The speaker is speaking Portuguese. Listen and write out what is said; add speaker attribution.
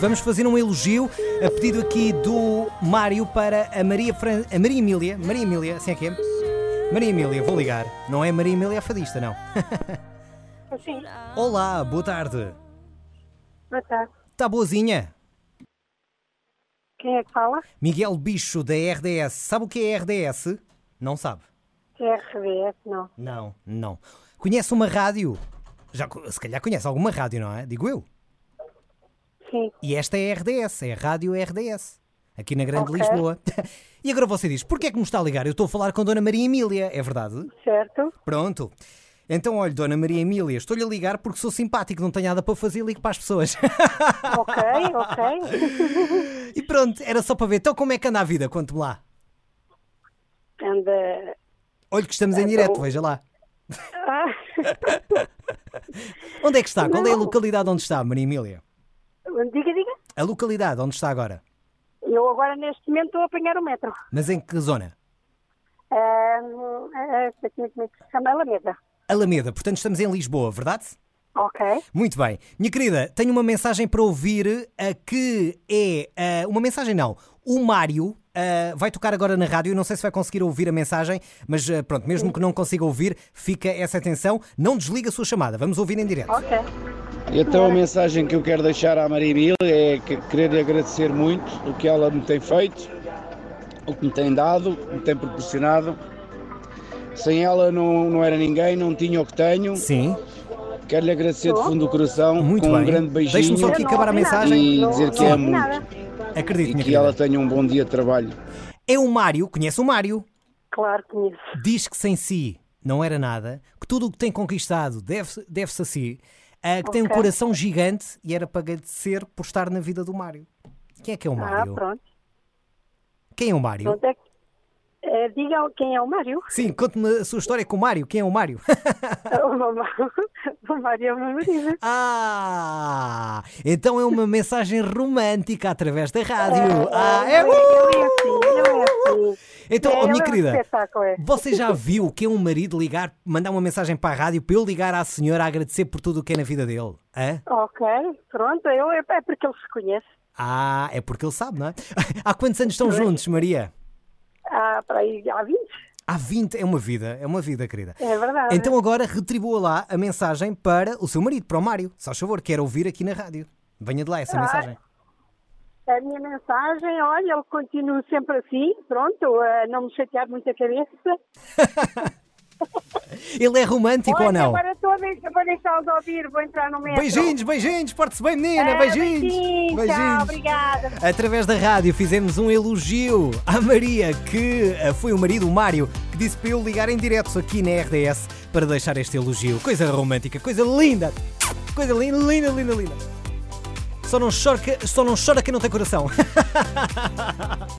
Speaker 1: Vamos fazer um elogio a pedido aqui do Mário para a Maria, Fran... a Maria Emília. Maria Emília, assim é que é? Maria Emília, vou ligar. Não é Maria Emília a fadista, não.
Speaker 2: Sim,
Speaker 1: Olá, boa tarde.
Speaker 2: boa tarde.
Speaker 1: Está boazinha?
Speaker 2: Quem é que fala?
Speaker 1: Miguel Bicho da RDS. Sabe o que é RDS? Não sabe.
Speaker 2: É TRBS, não.
Speaker 1: Não, não. Conhece uma rádio? Já, co- se calhar conhece alguma rádio, não é? Digo eu.
Speaker 2: Sim,
Speaker 1: E esta é a RDS, é a Rádio RDS, aqui na Grande
Speaker 2: Ok.
Speaker 1: Lisboa. E agora você diz: porquê é que me está a ligar? Eu estou a falar com Dona Maria Emília, é verdade?
Speaker 2: certo.
Speaker 1: Pronto. Então, olha, Dona Maria Emília, estou-lhe a ligar porque sou simpático, não tenho nada para fazer, ligo para as pessoas.
Speaker 2: Ok, ok.
Speaker 1: e pronto, era só para ver. Então, como é que anda a vida? Conte-me lá.
Speaker 2: Anda.
Speaker 1: Olha, que estamos em
Speaker 2: Então-
Speaker 1: direto, veja lá.
Speaker 2: Ah,
Speaker 1: Onde é que está? Qual é a
Speaker 2: Não.
Speaker 1: localidade onde está, Maria Emília?
Speaker 2: diga, diga.
Speaker 1: A localidade onde está agora.
Speaker 2: Eu agora neste momento estou a apanhar o metro.
Speaker 1: Mas em que zona?
Speaker 2: Ah, ah, ah, como é que se chama? Alameda.
Speaker 1: Alameda, portanto, estamos em Lisboa, verdade?
Speaker 2: Ok.
Speaker 1: Muito bem. Minha querida, tenho uma mensagem para ouvir a que é. ah, uma mensagem não. O Mário. ah, vai tocar agora na rádio, eu não sei se vai conseguir ouvir a mensagem, mas ah, pronto, mesmo que não consiga ouvir, fica essa atenção. Não desliga a sua chamada, vamos ouvir em direto.
Speaker 2: Ok.
Speaker 3: Então a mensagem que eu quero deixar à Maria Emília é que querer agradecer muito o que ela me tem feito, o que me tem dado, o que me tem proporcionado. Sem ela não, não era ninguém, não tinha o que tenho.
Speaker 1: Sim,
Speaker 3: Quero lhe agradecer de fundo do coração,
Speaker 1: Muito
Speaker 3: com
Speaker 1: bem.
Speaker 3: um grande
Speaker 1: Deixe-me
Speaker 3: beijinho
Speaker 1: só aqui
Speaker 2: Eu não
Speaker 1: acabar a
Speaker 2: ouvi nada.
Speaker 1: mensagem
Speaker 3: e
Speaker 2: Não-
Speaker 3: dizer
Speaker 2: não
Speaker 3: que é
Speaker 2: ouvi nada.
Speaker 3: muito
Speaker 1: acredito,
Speaker 3: e
Speaker 1: minha
Speaker 3: que ela
Speaker 1: querida.
Speaker 3: tenha um bom dia de trabalho.
Speaker 1: É o Mário, conhece o Mário,
Speaker 2: Claro que conheço.
Speaker 1: diz que sem si não era nada, que tudo o que tem conquistado deve- deve-se a si, ah, que tem um
Speaker 2: Ok.
Speaker 1: coração gigante e era para agradecer por estar na vida do Mário. Quem é que é o
Speaker 2: Ah,
Speaker 1: Mário?
Speaker 2: pronto.
Speaker 1: Quem é o Mário?
Speaker 2: Pronto, é que- eh, diga quem é o Mário.
Speaker 1: Sim, conte-me a sua história com o Mário. Quem é o Mário?
Speaker 2: O Mário- o Mário é o meu marido.
Speaker 1: ah! Então é uma mensagem romântica através da rádio. Ah, é
Speaker 2: Ele é assim, ele é assim.
Speaker 1: Então,
Speaker 2: É,
Speaker 1: ó, minha
Speaker 2: ele é um
Speaker 1: querida,
Speaker 2: espetáculo, é.
Speaker 1: você já viu que é um marido ligar, mandar uma mensagem para a rádio para eu ligar à senhora a agradecer por tudo o que é na vida dele? Hã?
Speaker 2: Ok, pronto. Eu, é é porque ele se conhece.
Speaker 1: Ah, é porque ele sabe, não é? Há quantos anos estão juntos, Maria?
Speaker 2: Há, para aí, há 20.
Speaker 1: Há 20, é uma vida, é uma vida, querida.
Speaker 2: É verdade.
Speaker 1: Então agora retribua lá a mensagem para o seu marido, para o Mário. Só favor, quero ouvir aqui na rádio. Venha de lá essa
Speaker 2: Ah,
Speaker 1: mensagem.
Speaker 2: A minha mensagem, olha, eu continuo sempre assim, pronto, a não me chatear muito a cabeça.
Speaker 1: Ele é romântico ou
Speaker 2: Olha,
Speaker 1: não?
Speaker 2: Agora é estou a ver, vou deixá-los ouvir, vou entrar no metro.
Speaker 1: Beijinhos, beijinhos, porte-se bem, menina,
Speaker 2: Ah,
Speaker 1: beijinhos.
Speaker 2: beijinhos. Tchau, obrigada.
Speaker 1: Através da rádio fizemos um elogio à Maria, que ah, foi o marido, o Mário, que disse para eu ligar em direto aqui na RDS para deixar este elogio. Coisa romântica, coisa linda. Coisa linda, linda, linda, linda. Só não chora, que- só não chora quem não tem coração.